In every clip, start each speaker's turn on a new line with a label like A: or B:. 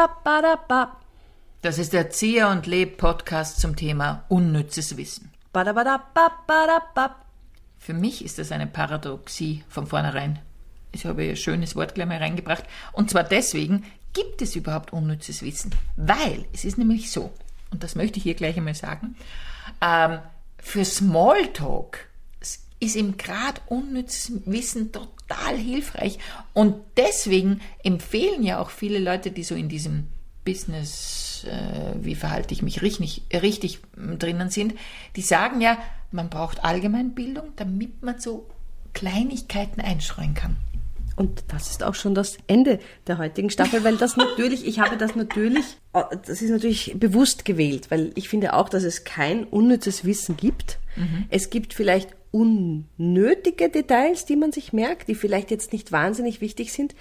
A: Babadabababadabab.
B: Das ist der Zieher und Leb Podcast zum Thema unnützes Wissen.
A: Badabadababadabab.
B: Für mich ist das eine Paradoxie von vornherein. Ich habe ein schönes Wort gleich mal reingebracht. Und zwar deswegen gibt es überhaupt unnützes Wissen. Weil es ist nämlich so, und das möchte ich hier gleich einmal sagen, ähm, für Smalltalk ist im Grad unnützes Wissen total hilfreich. Und deswegen empfehlen ja auch viele Leute, die so in diesem Business, äh, wie verhalte ich mich richtig, richtig drinnen sind, die sagen ja, man braucht Allgemeinbildung, damit man so Kleinigkeiten einstreuen kann.
A: Und das ist auch schon das Ende der heutigen Staffel, weil das natürlich, ich habe das natürlich, äh, das ist natürlich bewusst gewählt, weil ich finde auch, dass es kein unnützes Wissen gibt.
B: Mhm.
A: Es gibt vielleicht unnötige Details, die man sich merkt, die vielleicht jetzt nicht wahnsinnig wichtig sind,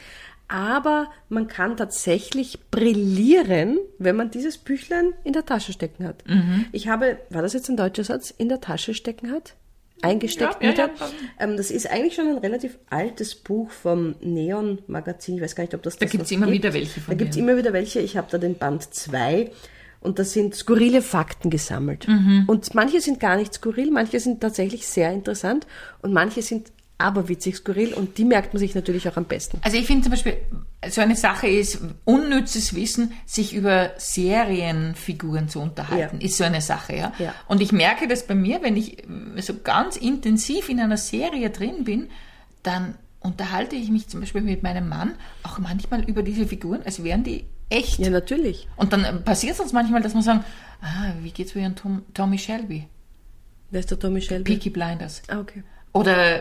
A: aber man kann tatsächlich brillieren, wenn man dieses Büchlein in der Tasche stecken hat.
B: Mhm.
A: Ich habe, war das jetzt ein deutscher Satz, in der Tasche stecken hat? Eingesteckt
B: Ja, ja,
A: wieder.
B: ja.
A: Ähm, das ist eigentlich schon ein relativ altes Buch vom Neon Magazin. Ich weiß gar nicht, ob das
B: Da
A: das
B: gibt's
A: noch
B: immer wieder welche von
A: Da gibt es
B: denen.
A: immer wieder welche. Ich habe da den Band 2 und da sind skurrile Fakten gesammelt.
B: Mhm.
A: Und manche sind gar nicht skurril, manche sind tatsächlich sehr interessant und manche sind aberwitzig skurril und die merkt man sich natürlich auch am besten.
B: Also ich finde zum Beispiel, so eine Sache ist, unnützes Wissen, sich über Serienfiguren zu unterhalten,
A: Ja.
B: ist so eine Sache, ja?
A: Ja.
B: Und ich merke das bei mir, wenn ich äh, so ganz intensiv in einer Serie drin bin, dann unterhalte ich mich zum Beispiel mit meinem Mann auch manchmal über diese Figuren, als wären die echt.
A: Ja, natürlich.
B: Und dann passiert es uns manchmal, dass wir sagen, ah, wie geht's mir an Tom, Tommy Shelby?
A: Wer ist der Tommy Shelby?
B: Peaky Blinders.
A: Ah, okay.
B: Oder äh,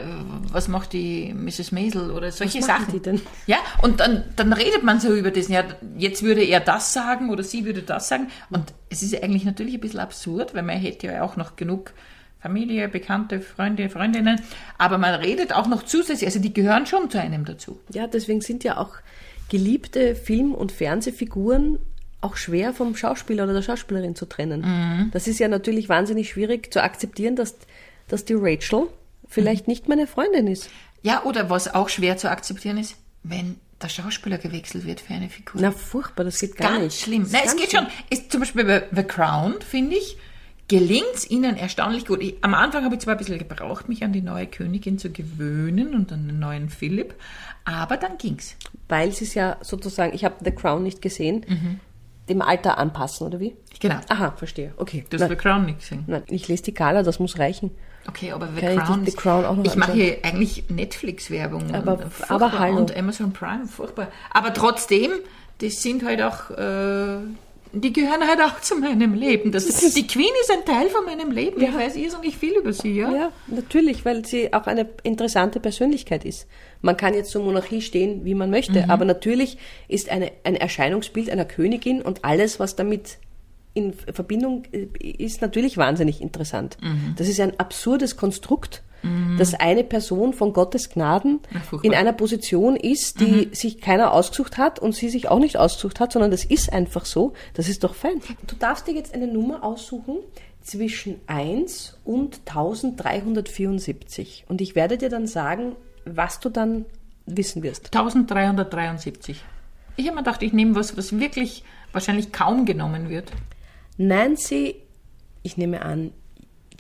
B: was macht die Mrs. Maisel oder solche
A: Was machen
B: Sachen.
A: die denn?
B: Ja, und dann, dann redet man so über das. Ja, jetzt würde er das sagen oder sie würde das sagen. Und es ist eigentlich natürlich ein bisschen absurd, weil man hätte ja auch noch genug Familie, Bekannte, Freunde, Freundinnen. Aber man redet auch noch zusätzlich. Also die gehören schon zu einem dazu.
A: Ja, deswegen sind ja auch geliebte Film- und Fernsehfiguren auch schwer vom Schauspieler oder der Schauspielerin zu trennen.
B: Mhm.
A: Das ist ja natürlich wahnsinnig schwierig zu akzeptieren, dass, dass die Rachel vielleicht
B: Mhm.
A: nicht meine Freundin ist.
B: Ja, oder was auch schwer zu akzeptieren ist, wenn der Schauspieler gewechselt wird für eine Figur.
A: Na furchtbar, das geht gar
B: ganz
A: nicht.
B: schlimm.
A: Das ist
B: Nein, es
A: ganz
B: geht
A: schlimm.
B: schon. Ist zum Beispiel bei The Crown, finde ich, gelingt es ihnen erstaunlich gut. Ich, am Anfang habe ich zwar ein bisschen gebraucht, mich an die neue Königin zu gewöhnen und an den neuen Philipp, aber dann ging's.
A: Weil sie es ja sozusagen, ich habe The Crown nicht gesehen,
B: Mhm.
A: dem Alter anpassen, oder wie?
B: Genau.
A: Aha, verstehe. Okay.
B: Du hast
A: Nein,
B: The Crown nicht gesehen.
A: nein, ich lese die Gala, das muss reichen.
B: Okay, aber The
A: Kann ich
B: Crown,
A: die-
B: ist-
A: The Crown auch noch
B: Ich mache
A: anschauen?
B: hier eigentlich Netflix-Werbung.
A: Aber-
B: und, äh,
A: aber
B: furchtbar
A: hallo.
B: Und Amazon Prime, furchtbar. Aber trotzdem, das sind halt auch... Äh, die gehören halt auch zu meinem Leben. Das ist, die Queen ist ein Teil von meinem Leben. Ich weiß irrsinnig viel über sie, ja?
A: Ja, natürlich, weil sie auch eine interessante Persönlichkeit ist. Man kann jetzt zur Monarchie stehen, wie man möchte, aber natürlich ist eine, ein Erscheinungsbild einer Königin und alles, was damit in Verbindung äh, ist, natürlich wahnsinnig interessant. Das ist ein absurdes Konstrukt, dass eine Person von Gottes Gnaden
B: Ach, furchtbar.
A: in einer Position ist, die sich keiner ausgesucht hat und sie sich auch nicht ausgesucht hat, sondern das ist einfach so. Das ist doch fein. Du darfst dir jetzt eine Nummer aussuchen zwischen 1 und 1374. Und ich werde dir dann sagen, was du dann wissen wirst.
B: 1373. Ich habe mir gedacht, ich nehme was, was wirklich wahrscheinlich kaum genommen wird.
A: Nancy, ich nehme an,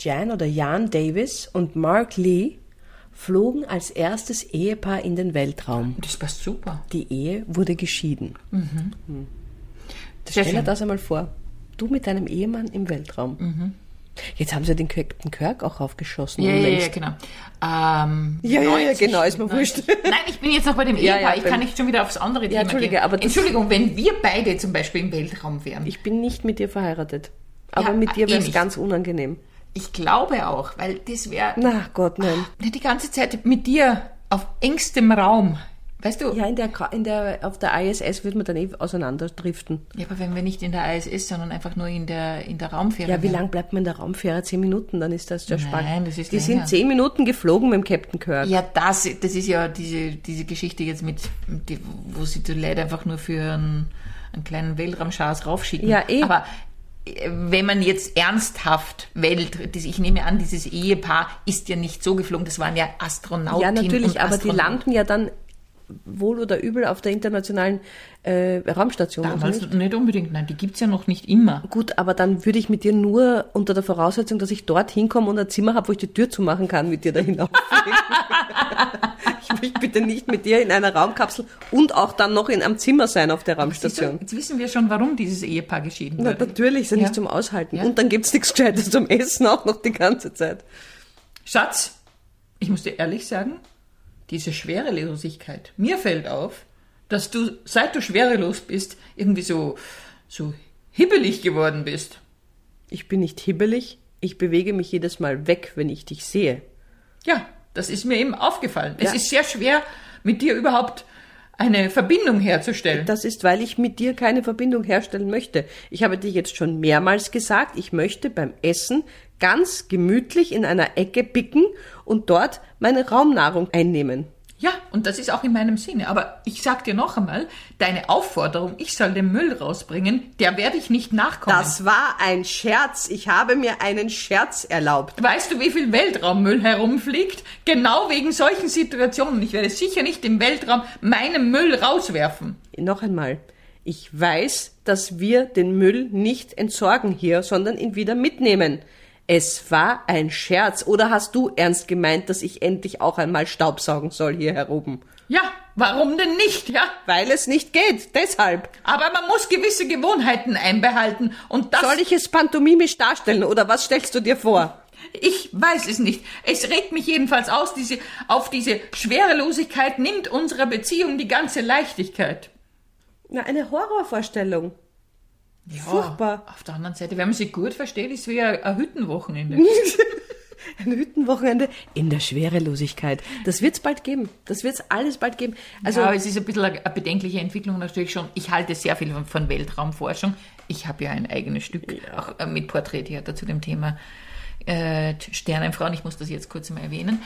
A: Jan oder Jan Davis und Mark Lee flogen als erstes Ehepaar in den Weltraum.
B: Und Das passt super.
A: Die Ehe wurde geschieden.
B: Das ist
A: Stell dir
B: schön.
A: das einmal vor. Du mit deinem Ehemann im Weltraum. Jetzt haben sie den Captain Kirk auch aufgeschossen.
B: ja, ja, ja,
A: unlängst.
B: genau. Ähm,
A: Ja, ja, ja,
B: 90,
A: genau, ist mir wurscht.
B: Nein, ich bin jetzt noch bei dem
A: Ja,
B: Ehepaar.
A: ja,
B: ich
A: beim-
B: kann nicht schon wieder aufs andere Thema
A: Entschuldige,
B: gehen.
A: aber das-
B: Entschuldigung, wenn wir beide zum Beispiel im Weltraum wären. Ich,
A: Ich bin nicht mit dir verheiratet. Aber
B: Ja,
A: mit dir
B: eh
A: wäre es
B: nicht.
A: ganz unangenehm.
B: glaube auch, weil das wäre
A: Na Gott, nein.
B: die ganze Zeit mit dir auf engstem Raum. Weißt du?
A: Ja, in der, Ka- in der, auf der ISS würde man dann eh auseinanderdriften.
B: Ja, aber wenn wir nicht in der ISS, sondern einfach nur in der, in der Raumfähre
A: Ja, wie
B: wären.
A: lang bleibt man in der Raumfähre? Zehn Minuten, dann ist Mhm. das der
B: Nein,
A: Spaß.
B: das ist
A: Die
B: länger.
A: sind zehn Minuten geflogen mit dem Captain Kirk.
B: Ja, das, das ist ja diese, diese Geschichte jetzt mit, die, wo sie die Leute einfach nur für einen, einen kleinen Weltraumschaß raufschicken.
A: Ja, eh.
B: Aber äh, wenn man jetzt ernsthaft Welt, das- ich nehme an, dieses Ehepaar ist ja nicht so geflogen, das waren ja Astronautinnen
A: Ja,
B: und
A: natürlich, aber die
B: Astronauten.
A: landen ja dann wohl oder übel auf der internationalen äh, Raumstation. oder
B: Damals
A: nicht?
B: nicht? unbedingt, nein, die gibt es ja noch nicht immer.
A: Gut, aber dann würde ich mit dir nur unter der Voraussetzung, dass ich dort hinkomme und ein Zimmer habe, wo ich die Tür zumachen kann, mit dir da hinauf. ich möchte bitte nicht mit dir in einer Raumkapsel und auch dann noch in einem Zimmer sein auf der
B: Siehst du,
A: Raumstation.
B: Jetzt wissen wir schon, warum dieses Ehepaar geschieden
A: Na,
B: wurde.
A: natürlich, ist ja
B: Ja.
A: nicht zum Aushalten.
B: Ja.
A: Und dann gibt's nichts Gescheites zum Essen auch noch die ganze Zeit.
B: Schatz, ich muss dir ehrlich sagen, diese Schwerelosigkeit. Mir fällt auf, dass du, seit du schwerelos bist, irgendwie so, so hibbelig geworden bist.
A: Ich bin nicht hibbelig, ich bewege mich jedes Mal weg, wenn ich dich sehe.
B: Ja, das ist mir eben aufgefallen. Es
A: Ja.
B: ist sehr schwer, mit dir überhaupt eine Verbindung herzustellen.
A: Das ist, weil ich mit dir keine Verbindung herstellen möchte. Ich habe dir jetzt schon mehrmals gesagt, ich möchte beim Essen ganz gemütlich in einer Ecke picken und dort meine Raumnahrung einnehmen.
B: Ja, und das ist auch in meinem Sinne. Aber ich sag dir noch einmal, deine Aufforderung, ich soll den Müll rausbringen, der werde ich nicht nachkommen.
A: Das war ein Scherz. Ich habe mir einen Scherz erlaubt.
B: Weißt du, wie viel Weltraummüll herumfliegt? Genau wegen solchen Situationen. Ich werde sicher nicht im Weltraum meinen Müll rauswerfen.
A: Noch einmal. Ich weiß, dass wir den Müll nicht entsorgen hier, sondern ihn wieder mitnehmen. Es war ein Scherz. Oder hast du ernst gemeint, dass ich endlich auch einmal Staubsaugen soll hier heroben?
B: Ja, warum denn nicht, ja?
A: Weil es nicht geht. Deshalb.
B: Aber man muss gewisse Gewohnheiten einbehalten und das...
A: Soll ich es pantomimisch darstellen oder was stellst du dir vor?
B: Ich weiß es nicht. Es regt mich jedenfalls aus, diese, auf diese Schwerelosigkeit nimmt unserer Beziehung die ganze Leichtigkeit.
A: Na, eine Horrorvorstellung.
B: Ja,
A: Furchtbar.
B: Auf der anderen Seite, wenn man sie gut versteht, ist es wie ein ein Hüttenwochenende.
A: Mhm. Ein Hüttenwochenende in der Schwerelosigkeit. Das wird's bald geben. Das wird's alles bald geben. Also,
B: Also, aber es ist ein bisschen eine eine bedenkliche Entwicklung natürlich schon. Ich halte sehr viel von- von Weltraumforschung. Ich habe ja ein eigenes Stück, auch äh, mit Porträttheater zu dem Thema äh, Sternenfrauen. Ich muss das jetzt kurz mal erwähnen.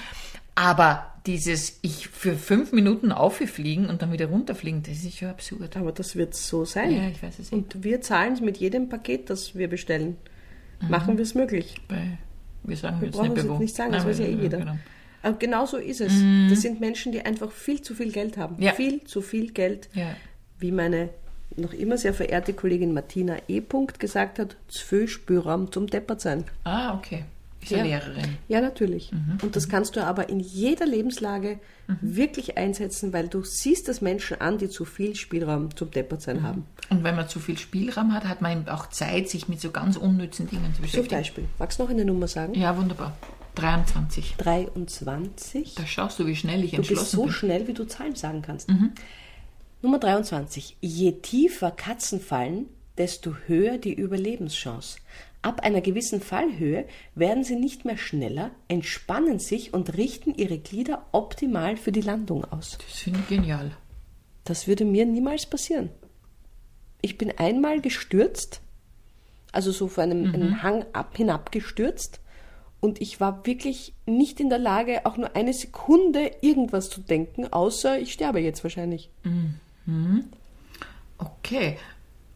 B: Aber dieses, ich für fünf Minuten aufgefliegen und dann wieder runterfliegen, das ist schon absurd.
A: aber das wird so sein.
B: Ja, ich weiß es nicht.
A: Und wir zahlen es mit jedem Paket, das wir bestellen. Machen wir es möglich.
B: Bei, wir sagen
A: Wir
B: jetzt
A: brauchen
B: nicht
A: es
B: bei
A: jetzt
B: wo.
A: Mhm. nicht sagen, das
B: Nein,
A: weiß ja eh
B: genau.
A: jeder. Aber genau so ist es. Das sind Menschen, die einfach viel zu viel Geld haben.
B: Ja.
A: Viel zu viel Geld.
B: Ja.
A: Wie meine noch immer sehr verehrte Kollegin Martina E. Punkt gesagt hat, zwölf Spürraum zum Deppert sein.
B: Ah, okay. Ist ja.
A: Ja.
B: Lehrerin.
A: Ja, natürlich. Und das kannst du aber in jeder Lebenslage wirklich einsetzen, weil du siehst das Menschen an, die zu viel Spielraum zum Deppert sein haben.
B: Und wenn man zu viel Spielraum hat, hat man eben auch Zeit, sich mit so ganz unnützen Dingen zu
A: Zum
B: beschäftigen.
A: Beispiel, magst du noch eine Nummer sagen?
B: Ja, wunderbar. 23.
A: 23.
B: Da schaust du, wie schnell ich
A: Du bist
B: entschlossen
A: so schnell, wie du Zahlen sagen kannst. Nummer 23. Je tiefer Katzen fallen, desto höher die Überlebenschance. Ab einer gewissen Fallhöhe werden sie nicht mehr schneller, entspannen sich und richten ihre Glieder optimal für die Landung aus.
B: bin. Das finde ich genial.
A: Das würde mir niemals passieren. Ich bin einmal gestürzt, also so vor einem,
B: Mhm.
A: einem Hang ab, hinabgestürzt, und ich war wirklich nicht in der Lage, auch nur eine Sekunde irgendwas zu denken, außer ich sterbe jetzt wahrscheinlich.
B: Okay.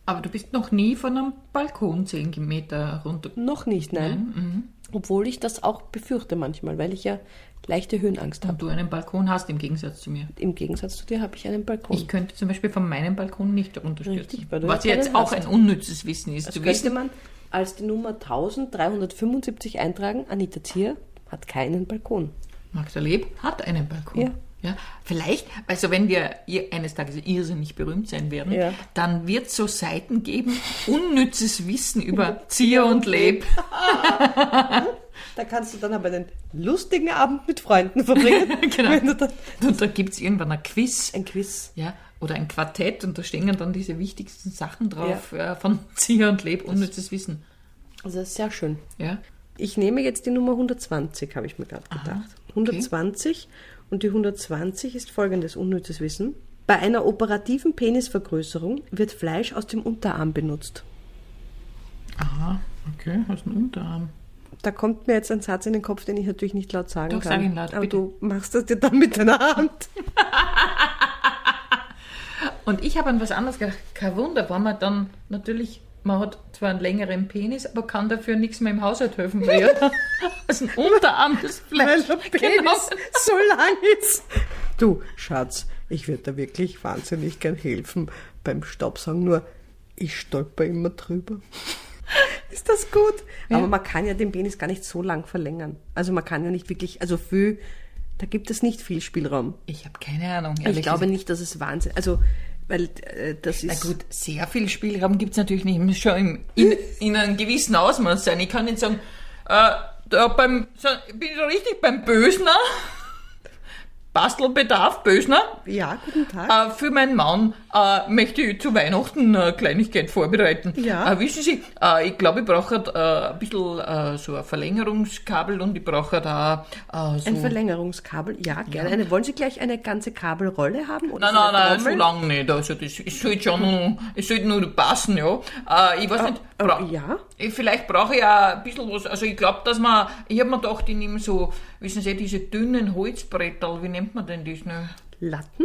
B: Aber du bist noch nie von einem Balkon 10 Meter runter.
A: Noch nicht, nein.
B: Mhm,
A: Obwohl ich das auch befürchte manchmal, weil ich ja leichte Höhenangst habe.
B: Und du einen Balkon hast, im Gegensatz zu mir.
A: Im Gegensatz zu dir habe ich einen Balkon.
B: Ich könnte zum Beispiel von meinem Balkon nicht runterstürzen.
A: Richtig, weil du
B: was
A: ja
B: jetzt
A: keinen
B: auch
A: hast.
B: ein unnützes Wissen ist.
A: Das
B: zu
A: könnte
B: wissen.
A: man als die Nummer 1375 eintragen. Anita Thier hat keinen Balkon.
B: Magda Leb hat einen Balkon.
A: Ja.
B: Ja, vielleicht, also wenn wir ihr- eines Tages irrsinnig berühmt sein werden,
A: Ja.
B: dann wird es so Seiten geben, unnützes Wissen über Zier und Leb.
A: Da kannst du dann aber einen lustigen Abend mit Freunden verbringen.
B: Genau.
A: Wenn du dann
B: Und da gibt es irgendwann ein Quiz
A: ein Quiz.
B: ja, oder ein Quartett und da stehen dann diese wichtigsten Sachen drauf äh, von Zier und Leb, unnützes Wissen.
A: Also das ist sehr schön.
B: Ja.
A: Ich nehme jetzt die Nummer 120, habe ich mir gerade gedacht. 120 und die 120 ist folgendes unnützes Wissen. Bei einer operativen Penisvergrößerung wird Fleisch aus dem Unterarm benutzt.
B: Aha, okay, hast einen Unterarm.
A: Da kommt mir jetzt ein Satz in den Kopf, den ich natürlich nicht laut sagen
B: Doch,
A: kann.
B: sag ihn laut,
A: aber
B: bitte.
A: du machst das dir dann mit deiner Hand.
B: Und ich habe an was anderes gedacht. Kein Wunder, wenn man dann natürlich, man hat zwar einen längeren Penis, aber kann dafür nichts mehr im Haushalt helfen. Weil also ja das ist ein Unterarm, das
A: Weil
B: Fleisch.
A: der Penis
B: Genau.
A: so lang ist. Genau. Du, Schatz, Ich würde da wirklich wahnsinnig gern helfen beim Staubsaugen, nur ich stolper immer drüber. Ist das gut?
B: Ja.
A: Aber man kann ja den Penis gar nicht so lang verlängern. Also man kann ja nicht wirklich, also viel, da gibt es nicht viel Spielraum.
B: Ich habe keine Ahnung.
A: Ich
B: ehrlich
A: glaube nicht, dass es Wahnsinn, also, weil äh, das
B: Na
A: ist...
B: gut, sehr viel Spielraum gibt es natürlich nicht. Muss schon im, in, in einem gewissen Ausmaß sein. Ich kann nicht sagen, äh, da beim, so, ich bin so richtig beim Bösner. Bastelbedarf, Bösner.
A: Ja, guten Tag.
B: Äh, für meinen Mann äh, möchte ich zu Weihnachten äh, Kleinigkeit vorbereiten.
A: Ja.
B: Äh, wissen Sie, äh, ich glaube, ich brauche äh, ein bisschen äh, so ein Verlängerungskabel und ich brauche da äh, so.
A: Ein Verlängerungskabel, ja, gerne. Eine, wollen Sie gleich eine ganze Kabelrolle haben? Oder
B: Nein,
A: so
B: nein,
A: eine
B: nein, so
A: Trommel?
B: lange nicht. Also das, ich sollte schon nur, ich sollte nur passen, ja. Äh, ich weiß nicht, bra-
A: äh, ja.
B: ich- vielleicht brauche ich auch ein bisschen was. Also ich glaube, dass man, ich habe mir gedacht, ich nehme so, wissen Sie, diese dünnen Holzbrettel, wie nennt man denn das? Ne?
A: Latten?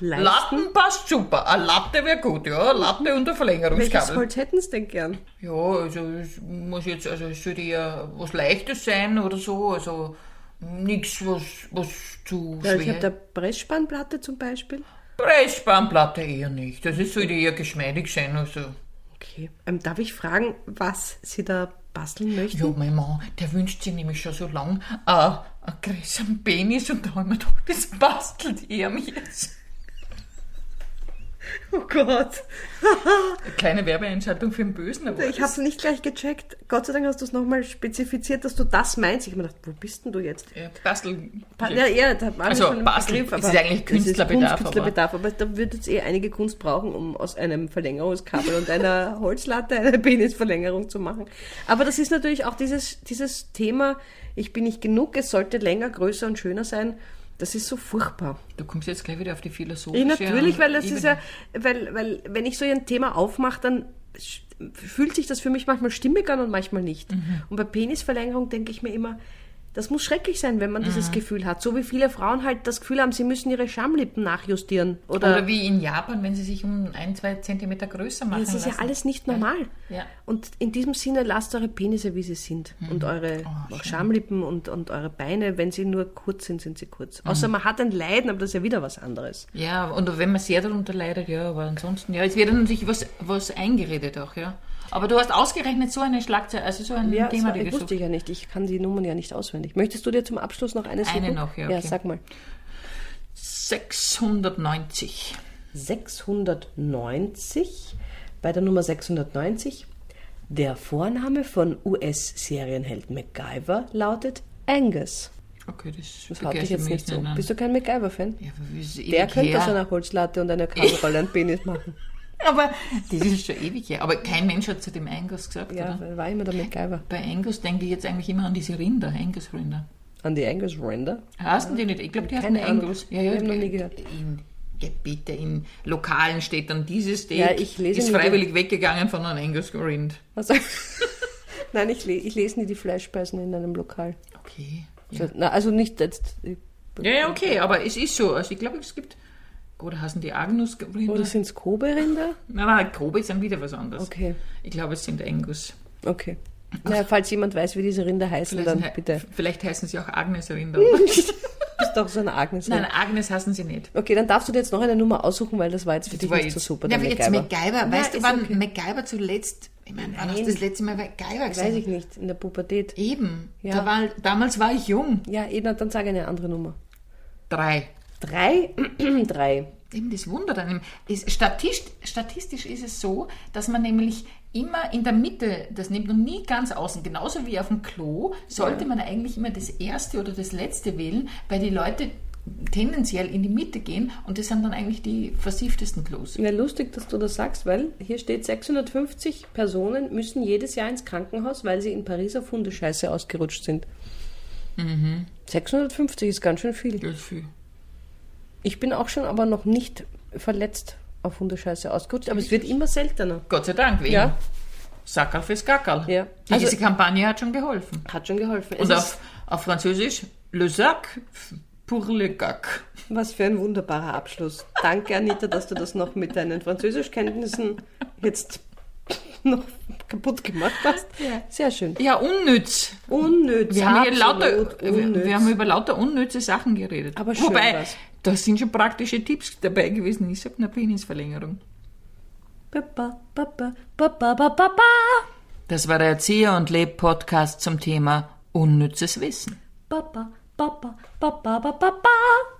A: Leisten?
B: Latten passt super. Eine Latte wäre gut, ja. Eine Latte und ein
A: Welches
B: Verlängerungskabel.
A: Holz hätten Sie denn gern?
B: Ja, also es muss jetzt, also es sollte ja was Leichtes sein oder so, also nichts, was, was zu
A: Ja,
B: schwer.
A: ich habe da Pressspanplatte zum Beispiel.
B: Preisspanplatte eher nicht. Das ist, sollte eher geschmeidig sein, also.
A: Okay. Ähm, darf ich fragen, was Sie da basteln möchten?
B: Ja, mein Mann, der wünscht sich nämlich schon so lang äh, einen größeren Penis und da haben wir gedacht, das bastelt er mir jetzt.
A: Oh Gott.
B: Eine kleine Werbeeinschaltung für den Bösen, aber
A: Ich habe es nicht gleich gecheckt. Gott sei Dank hast du es nochmal spezifiziert, dass du das meinst. Ich habe mir gedacht, wo bist denn du jetzt?
B: ja, Bastel.
A: Pa- Ja, ja, da waren wir
B: Also,
A: schon im
B: Bastel
A: Begriff,
B: ist
A: aber
B: eigentlich
A: das ist
B: Künstlerbedarf,
A: Kunst, Künstlerbedarf, aber, da würde es eh einige Kunst brauchen, um aus einem Verlängerungskabel und einer Holzlatte eine Penisverlängerung zu machen. Aber das ist natürlich auch dieses, dieses Thema, ich bin nicht genug, es sollte länger, größer und schöner sein. Das ist so furchtbar.
B: Du kommst jetzt gleich wieder auf die
A: Ja,
B: philosophische
A: natürlich, weil das ist
B: Ebene.
A: ja, weil, weil wenn ich so ein Thema aufmache, dann sch- fühlt sich das für mich manchmal stimmig an und manchmal nicht.
B: Mhm.
A: Und bei Penisverlängerung denke ich mir immer, das muss schrecklich sein, wenn man
B: Mhm.
A: dieses Gefühl hat. So wie viele Frauen halt das Gefühl haben, sie müssen ihre Schamlippen nachjustieren. Oder,
B: Oder wie in Japan, wenn sie sich um ein, zwei Zentimeter größer machen
A: das ist ja
B: lassen.
A: alles nicht normal.
B: Ja.
A: Und in diesem Sinne, lasst eure Penisse, wie sie sind. Und eure
B: Oh,
A: auch
B: schön.
A: Schamlippen und, und eure Beine, wenn sie nur kurz sind, sind sie kurz.
B: Mhm.
A: Außer man hat ein Leiden, aber das ist ja wieder was anderes.
B: Ja, und wenn man sehr darunter leidet, ja, aber ansonsten, ja, es wird dann natürlich was, was eingeredet auch, ja. Aber du hast ausgerechnet so eine Schlagzeile, also so ein
A: Ja,
B: Thema,
A: das
B: die
A: ich
B: gesucht
A: wusste ich ja nicht. Ich kann die Nummern ja nicht auswendig. Möchtest du dir zum Abschluss noch eine
B: Eine
A: suchen?
B: noch, ja,
A: Ja,
B: okay.
A: sag mal.
B: 690.
A: 690, bei der Nummer 690, der Vorname von US-Serienheld MacGyver lautet Angus.
B: Okay, das,
A: Das
B: vergesse
A: haut dich jetzt
B: mir
A: nicht so.
B: nein.
A: Bist du kein MacGyver-Fan?
B: ja, aber wie ist
A: Der
B: es ewig
A: könnte
B: her?
A: aus einer Holzlatte und einer Kabelrolle einen Penis machen.
B: Aber das ist schon ewig her. Aber kein Mensch hat zu dem Angus gesagt,
A: Ja,
B: oder?
A: weil war immer der MacGyver.
B: Bei Angus denke ich jetzt eigentlich immer an diese Rinder, Angus-Rinder.
A: An die Angus-Render.
B: Heißen die nicht? Ich glaube, die hatten
A: Keine Ahnung.
B: Angus.
A: Ich hab noch nie gehört.
B: In, ja, bitte, in Lokalen steht dann dieses Steak.
A: Ja, ich lese
B: ist
A: nicht.
B: freiwillig weggegangen von einem Angus-Rind.
A: Was? Nein, ich, le ich lese nie die Fleischspeisen in einem Lokal.
B: Okay. Ja.
A: So, na, also nicht jetzt.
B: ja, ja, okay, aber es ist so. Also ich glaube, es gibt... Oder heißen die Agnus-Rinder?
A: Oder sind es Kobe-Rinder?
B: Nein, nein, Kobe ist dann wieder was anderes.
A: Okay.
B: Ich glaube, es sind Angus.
A: Okay. Naja, falls jemand weiß, wie diese Rinder heißen, dann
B: Vielleicht-
A: bitte.
B: Vielleicht heißen sie auch Agnes-Rinder.
A: Du bist doch so ein Agnes.
B: Nein, Agnes hassen sie nicht.
A: Okay, dann darfst du dir jetzt noch eine Nummer aussuchen, weil das war jetzt für dich
B: war
A: nicht
B: jetzt-
A: so super.
B: Na,
A: der
B: aber jetzt
A: MacGyver.
B: MacGyver. weißt du,
A: ist
B: wann MacGyver zuletzt... Ich meine, wann hast du das letzte Mal MacGyver gesehen?
A: Weiß ich nicht, in der Pubertät.
B: Eben.
A: Ja.
B: Da war, damals war ich jung.
A: Ja, eh, na, dann sag eine andere Nummer.
B: Drei.
A: Drei? Drei.
B: Eben das Wunder dann. im- Ist, statistisch, statistisch ist es so, dass man nämlich immer in der Mitte das nimmt und nie ganz außen. Genauso wie auf dem Klo sollte man eigentlich immer das erste oder das letzte wählen, weil die Leute tendenziell in die Mitte gehen und das sind dann eigentlich die versiftesten Klos.
A: Ja, lustig, dass du das sagst, weil hier steht, 650 Personen müssen jedes Jahr ins Krankenhaus, weil sie in Pariser Fundescheiße ausgerutscht sind.
B: Mhm.
A: 650 ist ganz schön viel.
B: Das ist viel.
A: Ich bin auch schon aber noch nicht verletzt auf Hundescheiße ausgerutscht, aber es wird immer seltener.
B: Gott sei Dank, wegen
A: Ja.
B: Sackerl fürs Gackerl.
A: Ja.
B: Diese
A: Also-
B: Kampagne hat schon geholfen.
A: Hat schon geholfen. Es
B: Und
A: ist-
B: auf, auf Französisch, le sac pour le gac.
A: was für ein wunderbarer Abschluss. Danke, Anita, dass du das noch mit deinen Französischkenntnissen jetzt noch kaputt gemacht hast. Sehr schön.
B: Ja, unnütz.
A: Unnütz.
B: Wir haben, hier
A: absolut
B: lauter, wir,
A: unnütz.
B: wir haben über lauter unnütze Sachen geredet.
A: Aber schön
B: Wobei,
A: war's.
C: Da sind schon praktische Tipps dabei gewesen. Ich sage, eine Penisverlängerung.
A: Ba, ba, ba, ba, ba, ba, ba, ba, ba.
C: Das war der Erzieher und Leb Podcast zum Thema unnützes Wissen.
A: Ba, ba, ba, ba, ba, ba, ba, ba, ba.